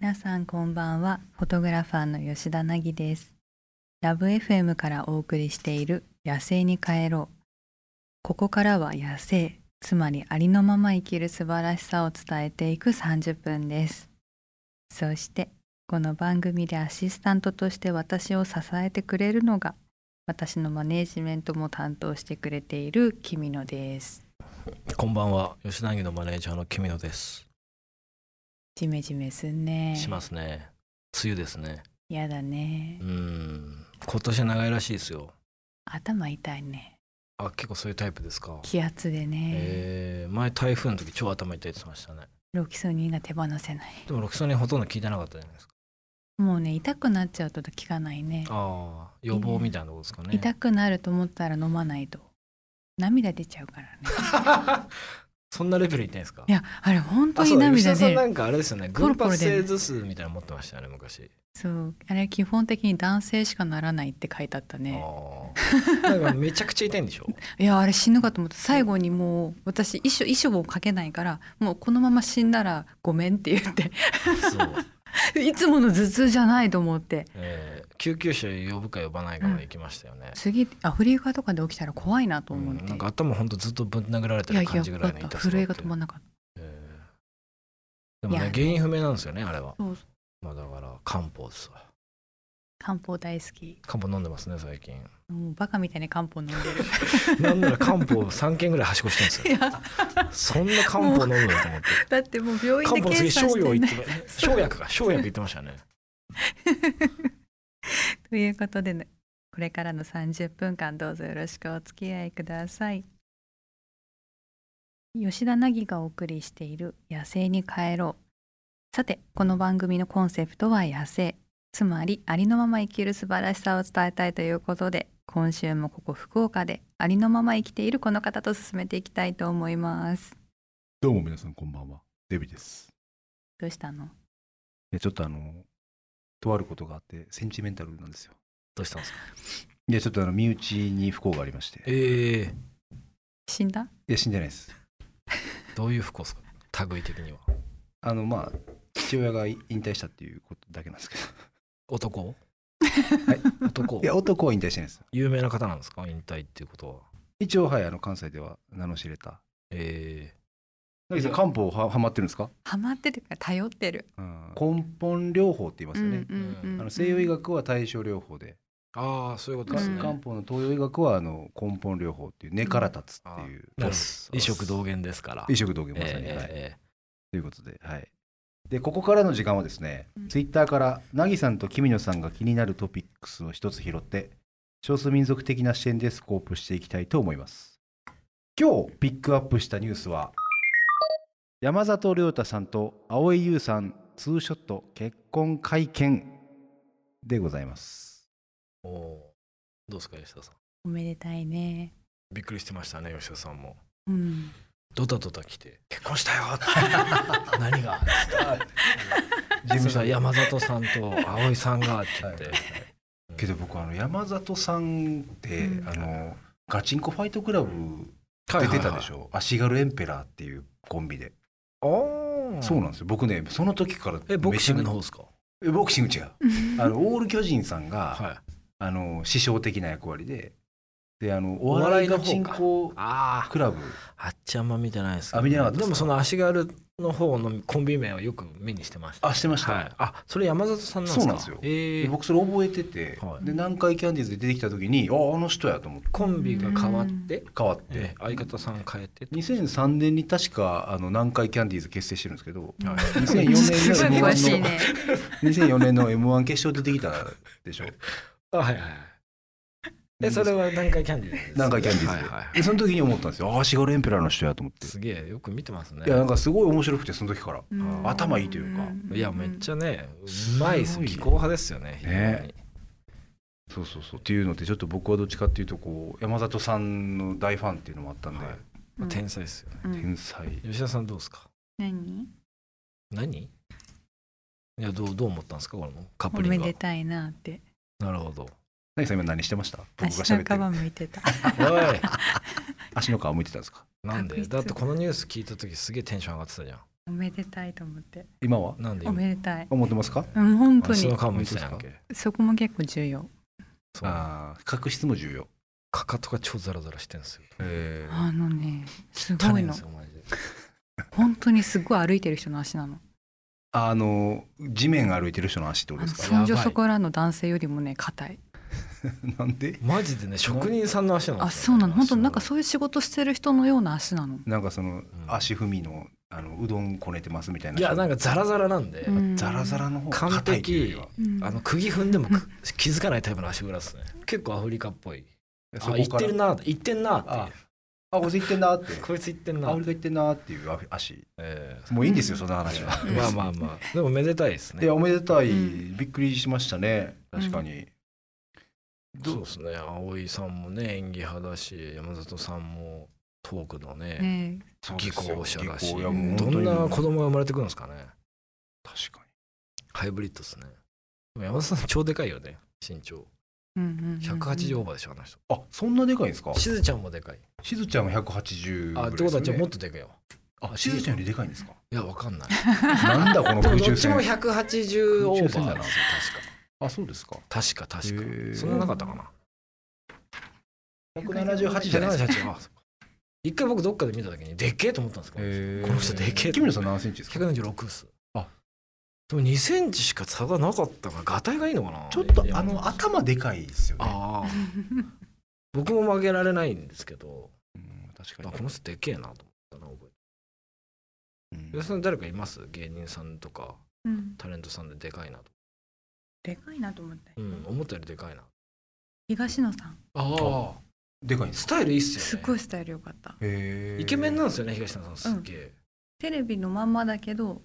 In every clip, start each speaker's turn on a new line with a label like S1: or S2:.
S1: 皆さんこんばんはフォトグラファーの吉田凪ですラブ FM からお送りしている野生に帰ろうここからは野生つまりありのまま生きる素晴らしさを伝えていく30分ですそしてこの番組でアシスタントとして私を支えてくれるのが私のマネージメントも担当してくれている君野です
S2: こんばんは吉田のマネージャーの君野です、
S1: ジメジメすんね
S2: しますね梅雨ですね
S1: やだね
S2: うーん今年長いらしいですよ
S1: 頭痛いね
S2: あ結構そういうタイプですか
S1: 気圧でね、
S2: えー、前台風の時超頭痛いって言ってましたね
S1: ロキソニンが手放せない
S2: でもロキソニンほとんど効いてなかったじゃないですか
S1: もうね痛くなっちゃうと効かないね
S2: ああ予防みたいなことですかね
S1: 痛くなると思ったら飲まないと涙出ちゃう からね
S2: そんなレベルいってんですか
S1: いやあれ本当
S2: あそ
S1: に
S2: う吉
S1: 涙
S2: 田さ
S1: 出
S2: んな
S1: る
S2: んかあれですよね
S1: ポ
S2: 群
S1: ロポロ
S2: 発
S1: 出る
S2: 性頭痛みたいなの持ってましたよね昔、
S1: そうあれ基本的に男性しかならないって書いてあったね
S2: ああなんかめちゃくちゃ痛いんで しょ
S1: いやあれ死ぬかと思って最後にもう私衣装衣装をかけないからもうこのまま死んだらごめんって言って
S2: そう、
S1: いつもの頭痛じゃないと思って
S2: えー救急車呼ぶか呼ばないかまで行きましたよね、
S1: 次アフリカとかで起きたら怖いなと思って、
S2: うんなんか頭ほんとずっとぶん殴られて
S1: いや
S2: る
S1: い
S2: 感
S1: や
S2: じぐ
S1: よ
S2: ら
S1: か
S2: い
S1: っ
S2: の
S1: た
S2: 痛さ
S1: 震えが止ま
S2: ん
S1: んなかっ
S2: でも
S1: い
S2: ね
S1: や
S2: 原因不明なんですよねあれは
S1: たそうそう
S2: まあだから漢方ですわ
S1: 漢方大好き
S2: 漢方飲んでますね最近
S1: もうバカみたいに漢方飲んで
S2: なんなら漢方三軒ぐらいはしごしてるんです
S1: るい
S2: よ
S1: や
S2: そんな漢方飲むのと思って
S1: だってもう病院
S2: 漢
S1: で
S2: 方の
S1: 検
S2: 次
S1: 査
S2: 生
S1: して
S2: 薬言
S1: な
S2: っ
S1: い
S2: てま生薬か生薬言ってましたね
S1: ということで、ね、これからの30分間どうぞよろしくお付き合いください吉田凪がお送りしている「野生に帰ろう」さてこの番組のコンセプトは「野生」つまりありのまま生きる素晴らしさを伝えたいということで今週もここ福岡でありのまま生きているこの方と進めていきたいと思います
S3: どうも皆さんこんばんは。デビです。
S1: どうしたの
S3: いや、ちょっとあの、とあることがあって、センチメンタルなんですよ。
S2: どうしたんですか
S3: いや、ちょっとあの、身内に不幸がありまして。い
S2: ええ
S1: 死んだ
S3: や、死んでないです。
S2: どういう不幸ですか類的には
S3: あの、まあ、父親が引退したっていうことだけなんで すけ
S2: 男
S3: はい
S2: 男
S3: ど。いや、男は引退してないです。
S2: 有名な方なんですか引退っていうことは
S3: 一応、はい、あの、関西では名の知れた。
S2: え
S3: なぎさん、漢方ははまってるんですか、
S1: ハマってるから頼ってる、
S3: うん、根本療法って言いますよね。
S2: うん
S3: あの西洋医学は対症療法
S2: え
S3: で、
S2: ああそういうこと
S3: か
S2: ですね、
S1: うん
S3: 漢方の東洋医学はあの根本療法っていう根から立つっていう、
S2: なるほど異色同源ですから
S3: 異色同源まさに、
S2: ええ
S3: はい、
S2: ええ
S3: ということで、はい。で、ここからの時間はですね、
S1: うん
S3: ツイッターから、なぎさんときみのさんが気になるトピックスを一つ拾って、少数民族的な視点でスコープしていきたいと思います。今日ピックアップしたニュースは、山里亮太さんと蒼井優さん、ツーショット結婚会見でございます。
S2: おおーどうですか吉田さん
S1: おめでたいね
S2: びっくりしてましたね吉田さんも
S1: うん
S2: ドタドタ来て「結婚したよ!」 何が?」事務所は山里さんと葵さんがって言って、
S3: はいけど僕あの山里さんって、
S1: うん
S3: あのガチンコファイトクラブ
S2: はいはい
S3: 出
S2: はい
S3: てたでしょ、足軽エンペラーっていうコンビで、
S2: ああ
S3: そうなんですよ僕ねその時から
S2: えボクシングの
S3: め
S2: 方
S3: ち
S2: ですか
S3: ゃめちゃえボクシング違うあのオール巨人さんが、
S2: はい
S3: あの師匠的な役割でであのお
S2: お笑
S3: 笑
S2: い
S3: い
S2: の方
S3: ガ
S2: か
S3: チンコ
S2: あ
S3: クラブ
S2: ああっちあんま見てないですけど
S3: あ見てなかっ
S2: で
S3: たですか
S2: もその足軽の方のコンビ名はよく目にしてました
S3: あしてました、
S2: はい、あそれ山里さんなんですか
S3: そうなんですよ
S2: え
S3: で
S2: え
S3: 僕それ覚えてて、
S2: はい
S3: で南海キャンディーズで出てきた時にあああの人やと思って
S2: コンビが変わって、
S3: 変わって、
S2: ええ相方さん変えて
S3: 2003年に確かあの南海キャンディーズ結成してるんですけど
S2: はい
S3: 2004年の
S1: すごい
S3: M1 の
S1: 詳しいね
S3: 2004年の m 1決勝出てきたでしょ
S2: あはいはいはいえそれは南海キャンディーズです
S3: 南海キャンディ
S2: はい
S3: ーズ
S2: はいはい
S3: でその時に思ったんですよああシガルエンペラーの人やと思って
S2: すげえよく見てますね
S3: いやなんかすごい面白くてその時から
S1: うん
S3: 頭いいというか
S2: いやめっち
S1: ゃ
S2: ゃね
S3: す
S2: う
S3: ごい
S2: まいです技巧派ですよね非常に
S3: ねそうそうそうっていうのでちょっと僕はどっちかっていうとこう山里さんの大ファンっていうのもあったんで、
S2: はいまあ天才ですよね
S3: 天才
S2: 吉田さんどうですか
S1: 何
S2: 何いやどうどう思ったんですかこのカッ
S1: お
S2: プリ
S1: め
S2: ングは
S1: でたいなって
S2: なるほど
S3: 何さん今何してました僕が
S1: 足
S3: 喋
S1: の
S3: っ
S1: 皮
S3: てる
S1: 向いてた
S2: おい
S3: 足の皮向いてたんですか
S2: なんで
S1: 確実
S2: だってこのニュース聞いた時すげえテンション上がってたじゃん
S1: おめでたいと思って
S3: 今は
S2: なんで
S1: おめでたい
S3: 思ってますか
S1: うん本当
S2: あその
S1: に
S2: 顔も言ってたやんけ
S1: そこも結構重要
S2: そう
S3: ああ確執も重要
S2: かかとが超ザラザラしてんすよ
S3: え
S1: あのねす
S2: 汚
S1: ご
S2: い
S1: い
S2: んで
S1: の
S2: すよマジで
S1: 本当にすごい歩いてる人の足なの
S3: あの地面歩いてる人の足ってことですか
S1: そんじょそこらの男性よりもね硬い
S3: なんで
S2: マジでね職人さんの足なん
S1: あ
S2: ですよ
S1: そう
S2: ね
S1: なの本当なんかそういう仕事してる人のような足なの
S3: なんかその足踏みのあのうどんこねてますみたいない
S2: やなんかザラザラなんで、
S1: うん
S3: ザラザラの方が
S2: 完
S3: 硬いというより
S2: 璧
S3: は
S1: うん
S2: あの釘踏んでもく気づかないタイプの足裏ですね結構アフリカっぽい
S3: そ
S2: あ
S3: こ
S2: 行っ
S3: か
S2: て
S3: ら
S2: るなって行ってんなって
S3: あこいつ行ってんなって
S2: こいつ行ってん
S3: あ
S2: なっ
S3: 俺
S2: て
S3: が行ってんなっていう足
S2: え
S3: もういいんですよそんな話は
S2: えまあまあまあでもめでたいです
S3: い
S2: ね
S3: やおめでたい、
S1: うん
S3: びっくりしましたね確かに、
S2: そうですね葵さんもね演技派だし山里さんもトークのね
S1: ねえ
S3: そう
S2: 技
S3: です
S2: 巧者
S3: よ
S2: だし
S3: 技巧
S2: ど
S3: いや
S1: もう
S3: 本当
S2: ん
S3: に
S2: な子供が生まれてくるんですかね
S3: 確か
S2: ハイブリッドですねでも山里さん超でかいよね身長
S1: うんうんうんうん
S2: 180オーバーでしょあの人
S3: にあそんなでかいんですか
S2: しずちゃんもでかい
S3: しずちゃんは180ぐ
S2: あ
S3: らい
S2: って
S3: で
S2: こ
S3: すよ
S2: とはじゃあも
S3: ね
S2: っとでかいよ
S3: あしずちゃんよりでかい んですか
S2: いやわかんない
S3: なんだこの
S2: でもど
S3: 空
S2: っ
S3: 中
S2: ちも
S3: 戦
S2: 180オーバーですよ
S3: 空中戦だなあそうですか
S2: 確か確か
S3: へ
S2: 確
S3: ー
S2: かそんななかったかな
S3: 178じゃないですか
S2: 178あそうか一回僕どっかで見た時にでっけえと思ったんですけどこの人でけえ
S3: キムさん何センチですか
S2: 176っす
S3: あ
S2: でも2センチしか差がなかったからがたいがいいのかな
S3: ちょっと
S2: いや
S3: あの頭でかいですよね
S2: ああ僕も曲げられないんですけど
S3: うん確
S2: あ
S3: か
S2: この人でっけえなと思ったな覚え
S3: に
S2: て吉田さん誰かいます芸人さんとか
S1: うん
S2: タレントさんででかいなと、
S1: でかいなと思った
S2: う
S1: よ
S2: ん、思ったよりでかいな
S1: 東野さん
S2: ああ
S3: でかいんです
S2: ス
S3: か
S2: タイルいいっすよね
S1: すっごいスタイル良かった
S3: へー
S2: イケメンなんですよね東野さんすっげえ、
S1: テレビのまんまだけど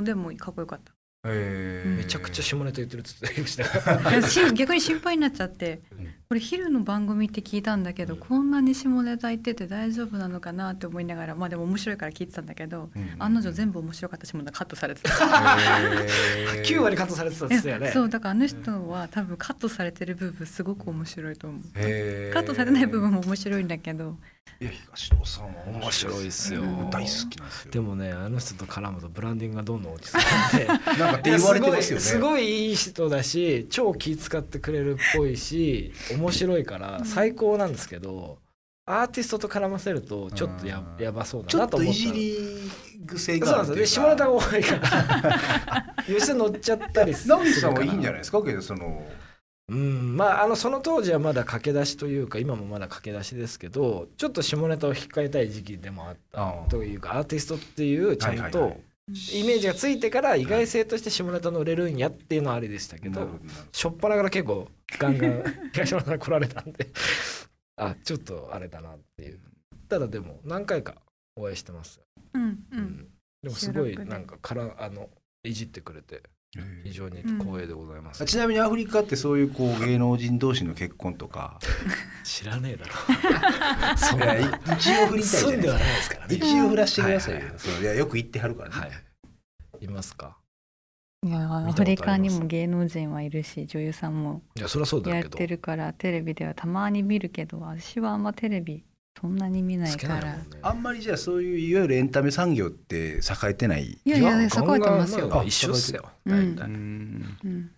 S1: でもかっこよかった
S3: へー
S2: めちゃくちゃ下ネタ言ってるっつってました
S1: いやし逆に心配になっちゃって
S3: うん
S1: これ昼の番組って聞いたんだけど、
S2: うん
S1: こんなに下ネタ言ってて大丈夫なのかなって思いながらまあでも面白いから聞いてたんだけど、
S3: うん
S1: 案の定全部面白かったしもうカットされてた
S3: へー
S2: 9割カットされてたっつってたよね
S1: そうだからあの人は多分カットされてる部分すごく面白いと思う、
S3: へー
S1: カットされてない部分も面白いんだけど
S3: いや東野さんは
S2: 面白い
S3: で
S2: ですすよ
S1: うん
S3: 大好きなんですよ
S2: でもねあの人と絡むとブランディングがどんどん落ちてくるんで
S3: なん かって言われてますよね
S2: すごいすごいいい人だし超気使ってくれるっぽいし面白いから最高なんですけどアーティストと絡ませるとちょっとや
S3: うん
S2: やばそうだ
S3: ちょ
S2: な
S3: っ
S2: と
S3: と
S2: 思っ
S3: い
S2: た
S3: じ
S2: の
S3: り
S2: そ
S3: 癖
S2: う
S3: が
S2: な
S3: あ
S2: ん
S3: るというか
S2: ですよで下ネタが多いから 吉田乗っちゃったりする
S3: 直樹さんはいいんじゃないですかけどその
S2: うんまああのその当時はまだ駆け出しというか今もまだ駆け出しですけどちょっと下ネタを引っかえたい時期でもあった
S3: あー
S2: というかアーティストっていうちゃん
S3: はいはい
S2: と
S3: はい
S2: イメージがついてから意外性として下ネタの売れるんやっていうのはあれでしたけ
S3: な
S2: ど
S3: るほどなるほど
S2: 初っ端から結構ガンガ ン東村さん来られたんで あちょっとあれだなっていうただでも何回かお会いしてます、
S1: うんう
S2: うんでもすご
S1: 収
S2: い
S1: 録で
S2: なんかからあのいじってくれて非常に光栄でございます、
S3: ちなみにアフリカってそういうこう芸能人同士の結婚とか
S2: 知らねえだろそ
S3: い
S2: ん
S3: や
S2: ない
S3: 一応振りたいじゃ
S2: 住
S3: ない
S2: ん
S3: で
S2: ですはな
S3: か
S2: いですからね
S3: 一応振らしてくださいよ,、
S2: はいはい
S3: そういやよく言ってはるからね、
S2: はいいますか
S1: いや
S2: 見たことありま
S1: ア
S2: す
S1: フリカにも芸能人はいるし女優さんも
S2: いやそりゃそうだ
S1: やっ
S2: けど
S1: てるからテレビではたまに見るけど私はあんまテレビそんなに見ない
S2: つけ
S1: か
S2: ないも
S1: ら
S2: んね
S3: あんまりじゃあそういういわゆるエンタメ産業って栄えてない
S1: いやいや栄えてます
S2: ガン
S1: よ
S2: ガン、一緒っすよ
S1: う
S2: 大
S1: ん
S2: 体、
S3: ん
S1: うん、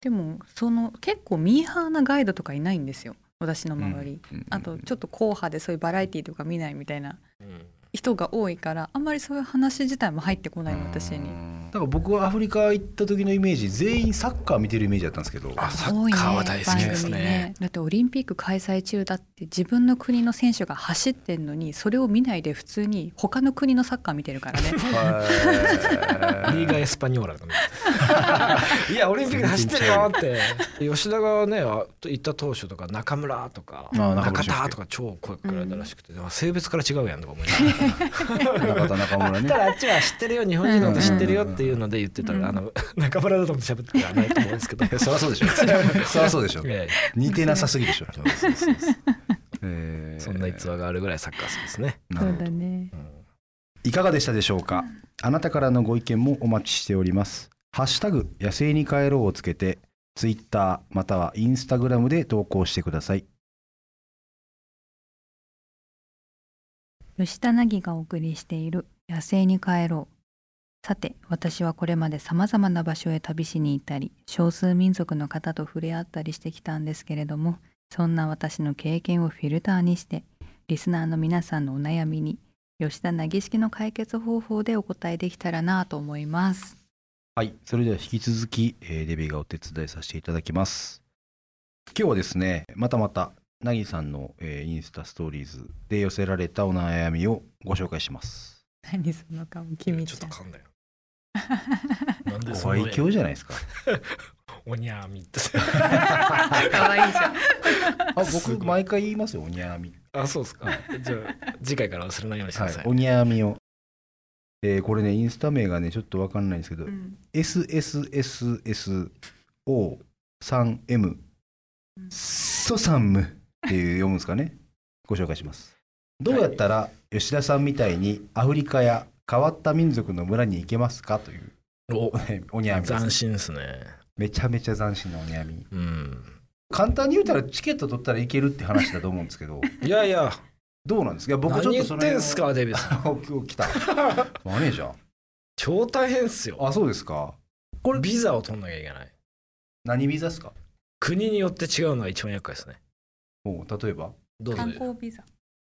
S1: でもその結構ミーハーなガイドとかいないんですよ私の周り、あとちょっと硬派でそういうバラエティーとか見ないみたいな
S2: うん
S1: 人が多いからあんまりそういう話自体も入ってこないの私に
S3: だから僕はアフリカ行った時のイメージ全員サッカー見てるイメージだったんですけど
S2: あサッカーは大好きですね
S1: 多いだってオリンピック開催中だって自分の国の選手が走ってんのにそれを見ないで普通に他の国のサッカー見てるから ね
S2: リーガエスパニョーラだねいやオリンピックで走ってるよって吉田がねあ行った当初とか中村とか
S3: あ中
S2: 中
S3: 村俊輔
S2: 田とか超声かけられたらしくて、まあ性別から違うやんとか思いながら。
S3: 中田中
S2: あ
S3: 村ね
S2: ただあっちは知ってるよ日本人のこと知ってるよっていうので言ってたら、
S1: うん
S2: あの中村だと思って喋ってはないと思うんですけど
S3: そりゃそ うでしょそりゃそうでしょ
S2: いやいや
S3: 似てなさすぎでしょ、
S2: そうそうそう
S3: えー
S2: そんな逸話があるぐらいサッカー好きですね、
S3: な
S1: そ
S3: る
S1: う
S3: ほど
S1: だね
S3: いかがでしたでしょうかあなたからのご意見もお待ちしておりますハッシュタグ野生に帰ろうをつけてツイッターまたはインスタグラムで投稿してください
S1: 吉田凪がお送りしている野生に帰ろう。さて、私はこれまで様々な場所へ旅しに行ったり、少数民族の方と触れ合ったりしてきたんですけれども、そんな私の経験をフィルターにして、リスナーの皆さんのお悩みに、吉田なぎ式の解決方法でお答えできたらなと思います。
S3: はい、それでは引き続き、えーデビがお手伝いさせていただきます。今日はですね、またまた、なぎさんの、えーインスタストーリーズで寄せられたお悩みをご紹介します。
S1: 何その顔、君
S2: ちょっ
S1: ち
S2: と
S1: ゃん。
S2: 噛 んだよ。なんで
S3: ご
S2: その
S3: 愛嬌じゃないですか。
S2: おにゃーみって。
S1: 可愛いじゃん。
S3: あ、
S2: す
S3: 僕、
S2: ごい
S3: 毎回言いますよ、おにゃーみ。
S2: あ、そうですか。じゃあ次回から忘れないようにしてく
S3: は
S2: だ
S3: い
S2: さ、い。
S3: おにゃーみを。えーこれね、インスタ名がね、ちょっとわかんないんですけど、
S1: うん、
S3: SSSSO3M ソサンムっていう読むんですかねご紹介しますどうやったら吉田さんみたいにアフリカや変わった民族の村に行けますかという
S2: お
S3: お悩みおにゃみです
S2: 斬新ですね。
S3: めちゃめちゃ斬新なおにゃみ
S2: うん。
S3: 簡単に言うたらチケット取ったらいけるって話だと思うんですけど
S2: いやいや、
S3: どうなんですかいや僕
S2: 何
S3: ちょっ
S2: 言
S3: と
S2: っ
S3: そ
S2: て
S3: れ
S2: んすか、デビュー さん。
S3: 今日来たマネージャー
S2: 超大変っすよ。
S3: あそうですか
S2: これビザを取んなきゃいけない。
S3: 何ビザですか
S2: 国によって違うのが一番厄介ですね。
S3: もう例えば
S2: どうぞ
S1: 観。光ビザ。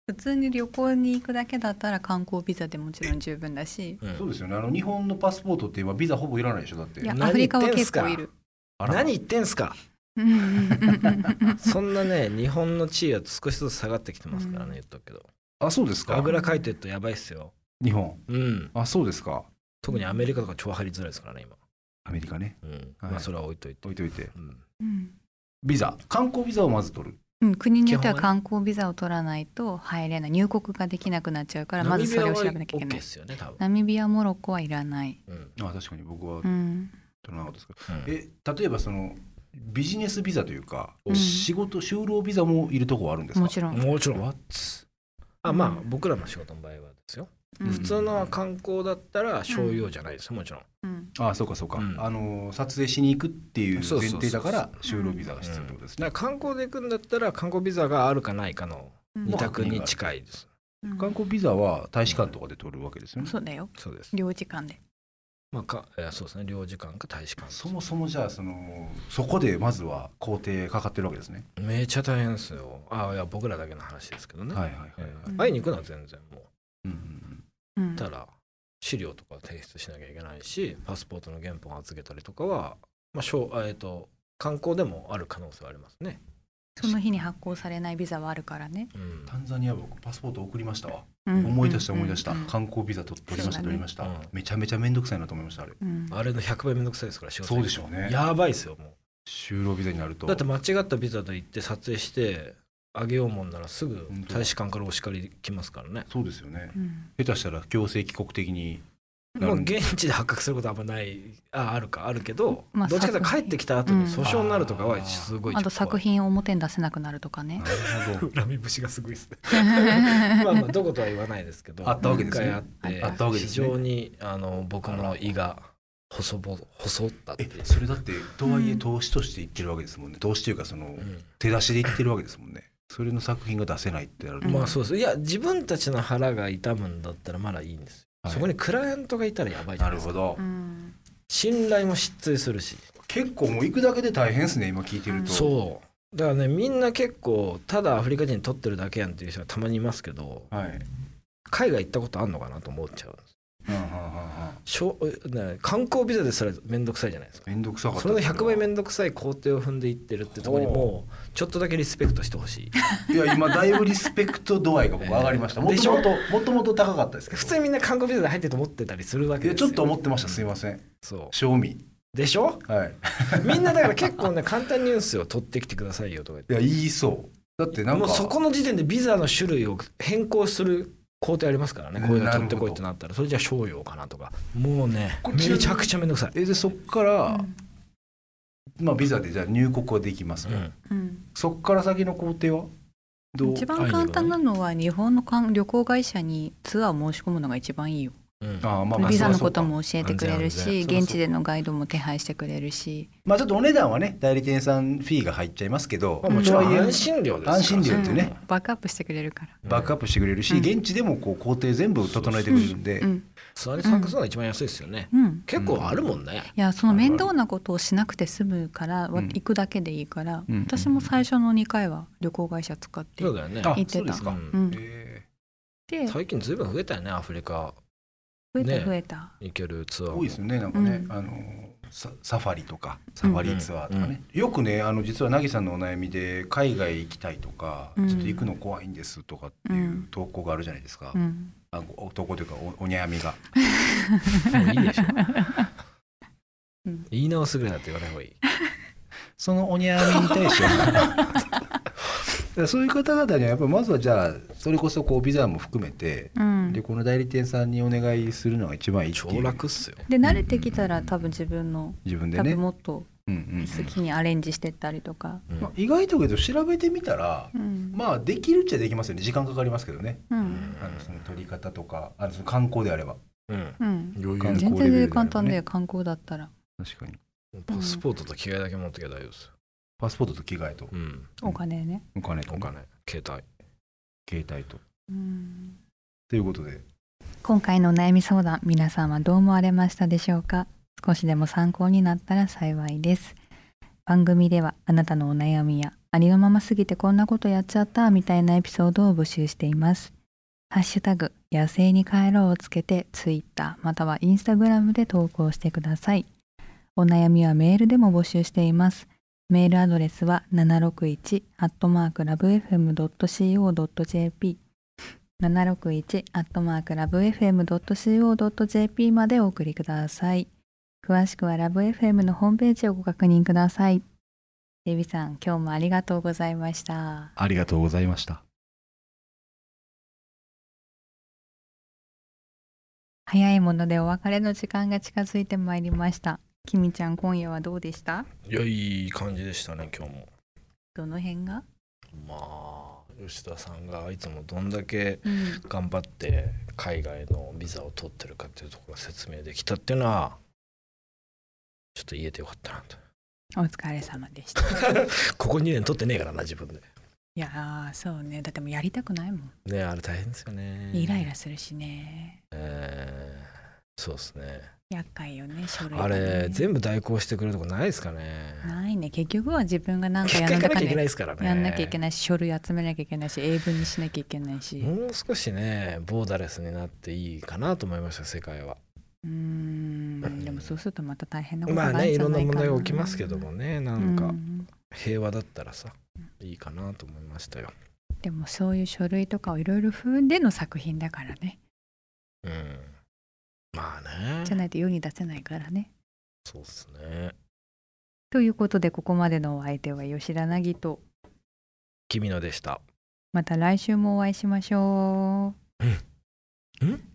S1: 普通に旅行に行くだけだったら観光ビザでもちろん十分だし、
S2: うん
S3: そうですよねあの日本のパスポートって今ビザほぼいらないでしょだって
S1: いや
S2: 何
S1: アフリカは
S2: 言ってん
S1: 結
S2: すか
S1: 構いる。
S3: あら
S2: 何言ってんすか。
S1: うんうんうんうん
S2: そんなね、日本の地位は少しずつ下がってきてますから
S1: うん
S2: ね、言っとくけど。
S3: あそうです
S2: あ
S3: か
S2: ぐらかいてるとやばいっすよ。
S3: 日本
S2: うん。
S3: あそうですか
S2: 特にアメリカとか超張りづらいですからね、今。
S3: アメリカね
S2: うん。
S3: はい
S2: まあ、それは置いといて。
S3: 置いといて
S2: うん
S1: うん
S3: ビザ観光ビザをまず取る
S1: うん、国によっては
S2: 基本
S1: 観光ビザを取らないと入れない入国ができなくなっちゃうから
S2: ナ
S1: ま
S2: ミ
S1: ず
S2: ビ
S1: そ
S2: ア
S1: れ
S2: は
S1: を調べなきゃいけ
S2: OK
S1: な
S2: っ
S1: い
S2: すよね、多分。
S1: ナミビアモロッコはいらない、
S2: うん
S3: あ確かに僕
S1: う
S3: は
S1: ん、
S3: 取らなかったですけ
S2: う
S3: ど、
S2: ん
S3: え例えばそのビジネスビザというか、
S1: うん
S3: 仕事就労ビザもいるとこはあるんですか
S1: もちろん、
S2: もちろん。あ、
S1: う
S2: まあ、
S1: ん
S2: 僕らの仕事の場合はですよ。
S1: うん
S2: 普通の観光だったら、商用じゃないですよ、もちろん。
S1: うん
S3: あそうかそうか、
S2: うん
S3: あの撮影しに行くっていう
S2: そう
S3: 前
S2: そうそう
S3: 提だから就労ビザが必要ってことですね、
S2: だから観光で行くんだったら、観光ビザがあるかないかの
S1: うん
S2: 二択に近いで
S1: う
S2: す。
S1: ん
S3: 観光ビザは大使館とかで取るわけですよね、
S1: そうだよ
S2: そうです。
S1: 領事館で
S2: まあ、かえーそうですね、領事館か大使館。
S3: そもそもじゃあそのそこでまずは工程かかってるわけですね、
S2: めちゃ大変ですよ。あいや、僕らだけの話ですけどね。
S3: はいはいはい、
S2: えー
S1: うん
S2: 会いに行くのは全然もう。
S3: うんうん
S1: うん
S2: たら資料とか提出しなきゃいけないしパスポートの原本預けたりとかは、まあしょうあえー、と観光でもある可能性はありますね。
S1: その日に発行されないビザはあるからね、
S2: うん
S3: タンザニア僕パスポート送りましたわ
S1: うん
S3: 思い出した思い出した、
S1: うん
S3: 観光ビザ取取りまし
S1: そ
S3: た
S1: うだね
S3: 取りました、
S2: うん
S3: めちゃめちゃめんどくさいなと思いましたあれ
S1: うん
S2: あれの100倍めんどくさいですから仕事
S3: そうでしょうね
S2: やばいですよも
S3: 就労ビザになると
S2: うだって間違ったビザで行って撮影してあげようもんならすぐ
S3: 本当だ
S2: 大使館からお叱り来ますからね
S3: そうですよね
S1: うん
S3: 下手したら強制帰国的にな
S2: も
S3: る
S2: うん
S3: で
S2: 現地で発覚することはあんまないああるかあるけど、
S1: まあ
S2: どっちかというと
S1: 作
S2: 帰
S1: 品
S2: ってきた後に訴訟になるとかはすごい
S1: あと作品を表に出せなくなるとかね
S3: なるほど
S2: 恨み節がすごいです ねまあまあどことは言わないですけど
S3: あったわけですね
S2: 一回あって
S3: あったわけですね
S2: 非常にあの僕の胃が細ぼ細ったっていう、
S3: えそれだってとはいえ
S1: うん
S3: 投資として言ってるわけですもんね投資というかその
S2: うん
S3: 手出しで言ってるわけですもんねそれの作品が出せないってなると、
S1: うん
S2: まあそうですいや自分たちの腹が痛むんだったらまだいいんですよ、
S3: はい
S2: そこにクライアントがいたらやばいじゃ
S3: な
S2: ない
S3: る
S2: ですか
S3: ほど、
S1: うん
S2: 信頼も失墜するし
S3: 結構もう行くだけで大変ですね今聞いてると、
S2: そうだからねみんな結構ただアフリカ人取ってるだけやんっていう人がたまにいますけど
S3: はい
S2: 海外行ったことあんのかなと思っちゃう
S3: うんうんうんうん
S2: しょね観光ビザですら面倒くさいじゃないですか
S3: めんどくさかった
S2: それの100倍
S3: ん
S2: 面倒くさい工程を踏んでいってるってところにもうちょっとだけリスペクトしてほ しい
S3: いや今だいぶリスペクト度合いが僕上がりましたも
S2: でし
S3: と
S2: ょ
S3: もともともと高かったですけど
S2: 普通にみんな韓国ビザで入ってると思ってたりするわ
S3: い
S2: け
S3: や
S2: です
S3: ち
S2: よ
S3: ょっと思ってましたすいません
S2: そ
S3: 賞味
S2: うでしょ
S3: はい
S2: みんなだから結構ね簡単に言うんですよ取ってきてくださいよとか
S3: い
S2: 言っ
S3: や言いそうだって
S2: て
S3: なん
S2: も
S3: か
S2: うそこの時点でビザの種類を変更する工程ありますからねこういうの
S3: なる
S2: 取っ
S3: ほど
S2: てこいってなったらそれじゃあ商用かなとかもうね
S3: これ
S2: めちゃくちゃめんどくさい、
S3: えでそっから、まあビザでじゃあ入国はできます、
S2: うん
S1: うん
S3: そっから先の工程はどう
S1: 一番簡単なのは日本の観旅行会社にツアーを申し込むのが一番いいよ。
S2: うん
S3: あーまあまあ
S1: ビザの
S3: そう
S1: こと
S3: そうか
S1: も教えてくれるし
S3: 安全安全
S1: 現地でのガイドも手配してくれるし
S3: まあちょっとお値段はね代理店さんフィーが入っちゃいますけど、
S2: まあ、もちろ
S3: とは
S2: ん
S3: いえ
S2: 安心料ですから
S3: 安心料
S1: う
S3: っ
S1: ん
S3: てね
S1: バックアップしてくれるから。
S3: バックアップしてくれるし、
S1: うん
S3: 現地でもこう工程全部整えてくれるんで、
S1: うん
S2: 座り参加するのが一番安いですよね、
S1: うん
S2: 結構あるもんね、
S1: いやその面倒なことをしなくて済むから、わ
S3: うん
S1: 行くだけでいいから、
S3: うん
S1: 私も最初の2回は旅行会社使って
S2: そ
S1: 行
S2: うだよね
S3: あ
S1: ってた
S3: そうですか、
S2: うん
S1: うん、
S3: へ
S1: で増
S2: 最近ずいぶん増えたよねアフリカ
S1: え
S2: ね
S1: た増えた、
S2: 行けるツア
S3: ー
S2: ー
S3: 多いですよねなんかね、
S1: うん
S3: あのササファリとかサファリツアーとかね、よくねあの実はなぎさんのお悩みで海外行きたいとか、
S1: うん
S3: ちょっと行くの怖いんですとかっていう投稿があるじゃないですか、
S1: うん、
S3: あご投稿というかおお悩みが
S2: もういいでしょ
S1: うん
S2: 言い直すぐらいだって言わない方がいい
S3: そのおにゃみに対してだから そういう方々にはやっぱりまずはじゃあそれこそこうビザも含めて、
S1: うん
S3: で
S1: で
S3: この代理店さんにお願いするのが一番いいってい
S2: 超
S3: う
S2: 楽っすよ
S1: 慣れてきたら多分自分の、
S3: 自分で
S1: 多
S3: ね、
S1: 分もっと
S3: うんうんうん
S1: 好きにアレンジしてったりとか、
S2: うん
S3: まあ、意外とけど調べてみたら
S1: うん
S3: まあできるっちゃできますよね時間かかりますけどね、
S1: うん
S3: あのその取り方とかあのその観光であれば
S2: うん
S1: うん、
S2: 余裕
S3: 観
S1: 全
S3: 光レベルであ
S1: 然
S3: ればね
S1: 簡単で観光だったら
S3: 確かに
S2: パスポートと着替えだけ持ってきゃ大丈夫ですよ、
S3: パスポートと着替えと
S2: うん、
S1: お金ね、
S3: お金と
S2: お
S3: か
S2: 金携帯
S3: 携帯と
S1: うん、
S3: ということで
S1: 今回のお悩み相談皆さんはどう思われましたでしょうか少しでも参考になったら幸いです番組ではあなたのお悩みやありのまますぎてこんなことやっちゃったみたいなエピソードを募集していますハッシュタグ野生に帰ろうをつけてツイッターまたはインスタグラムで投稿してくださいお悩みはメールでも募集していますメールアドレスは761アットマークラブ FM.co.jp 761アットマークラブ FM.co.jp までお送りください。詳しくはラブ FM のホームページをご確認ください。デビさん、今日もありがとうございました。
S3: ありがとうございました
S1: 早いものでお別れの時間が近づいてまいりました。きみちゃん、今夜はどうでした
S2: いやいい感じでしたね今日も
S1: どの辺が、
S2: まあ吉田さんがいつもどんだけ
S1: うん、
S2: 頑張って海外のビザを取ってるかっていうところが説明できたっていうのはちょっと言えてよかったなと
S1: お疲れ様で した。い
S2: ここ2年取ってねえからな自分で
S1: やー、そうね。だってもうやりたくないもん。
S2: ねあれ大変ですよね
S1: イライラするしね。
S2: えーそうですね
S1: 厄介よね、書類が
S2: あ
S1: ね、
S2: れ全部代行してくれるとこないですかね
S1: ないね。結局は自分が何か
S2: 結
S1: やら
S2: 果行
S1: な
S2: かな
S1: きゃ
S2: きゃい
S1: ね
S2: けないですからね
S1: やんなきゃいけないし書類集めなきゃいけないし英文にしなきゃいけないし
S2: もう少しねボーダレスになっていいかなと思いました世界は
S1: うーんでもそうするとまた大変なこと
S2: まあ
S1: があ
S2: ね
S1: るん
S2: い
S1: じゃ
S2: ろん
S1: な
S2: ない
S1: か
S2: 問
S1: な
S2: 題が起きますけどもねなん
S1: う
S2: か
S1: ん
S2: 平和だったらさいいかなと思いましたよ
S1: でもそういう書類とかをいろいろ踏んでの作品だからね
S2: うんまあ
S1: じゃ
S2: ね
S1: ないと世に出せないからね
S2: そうっすね
S1: ということでここまでのお相手は吉田凪と
S2: 君のでした
S1: また来週もお会いしましょう
S2: うん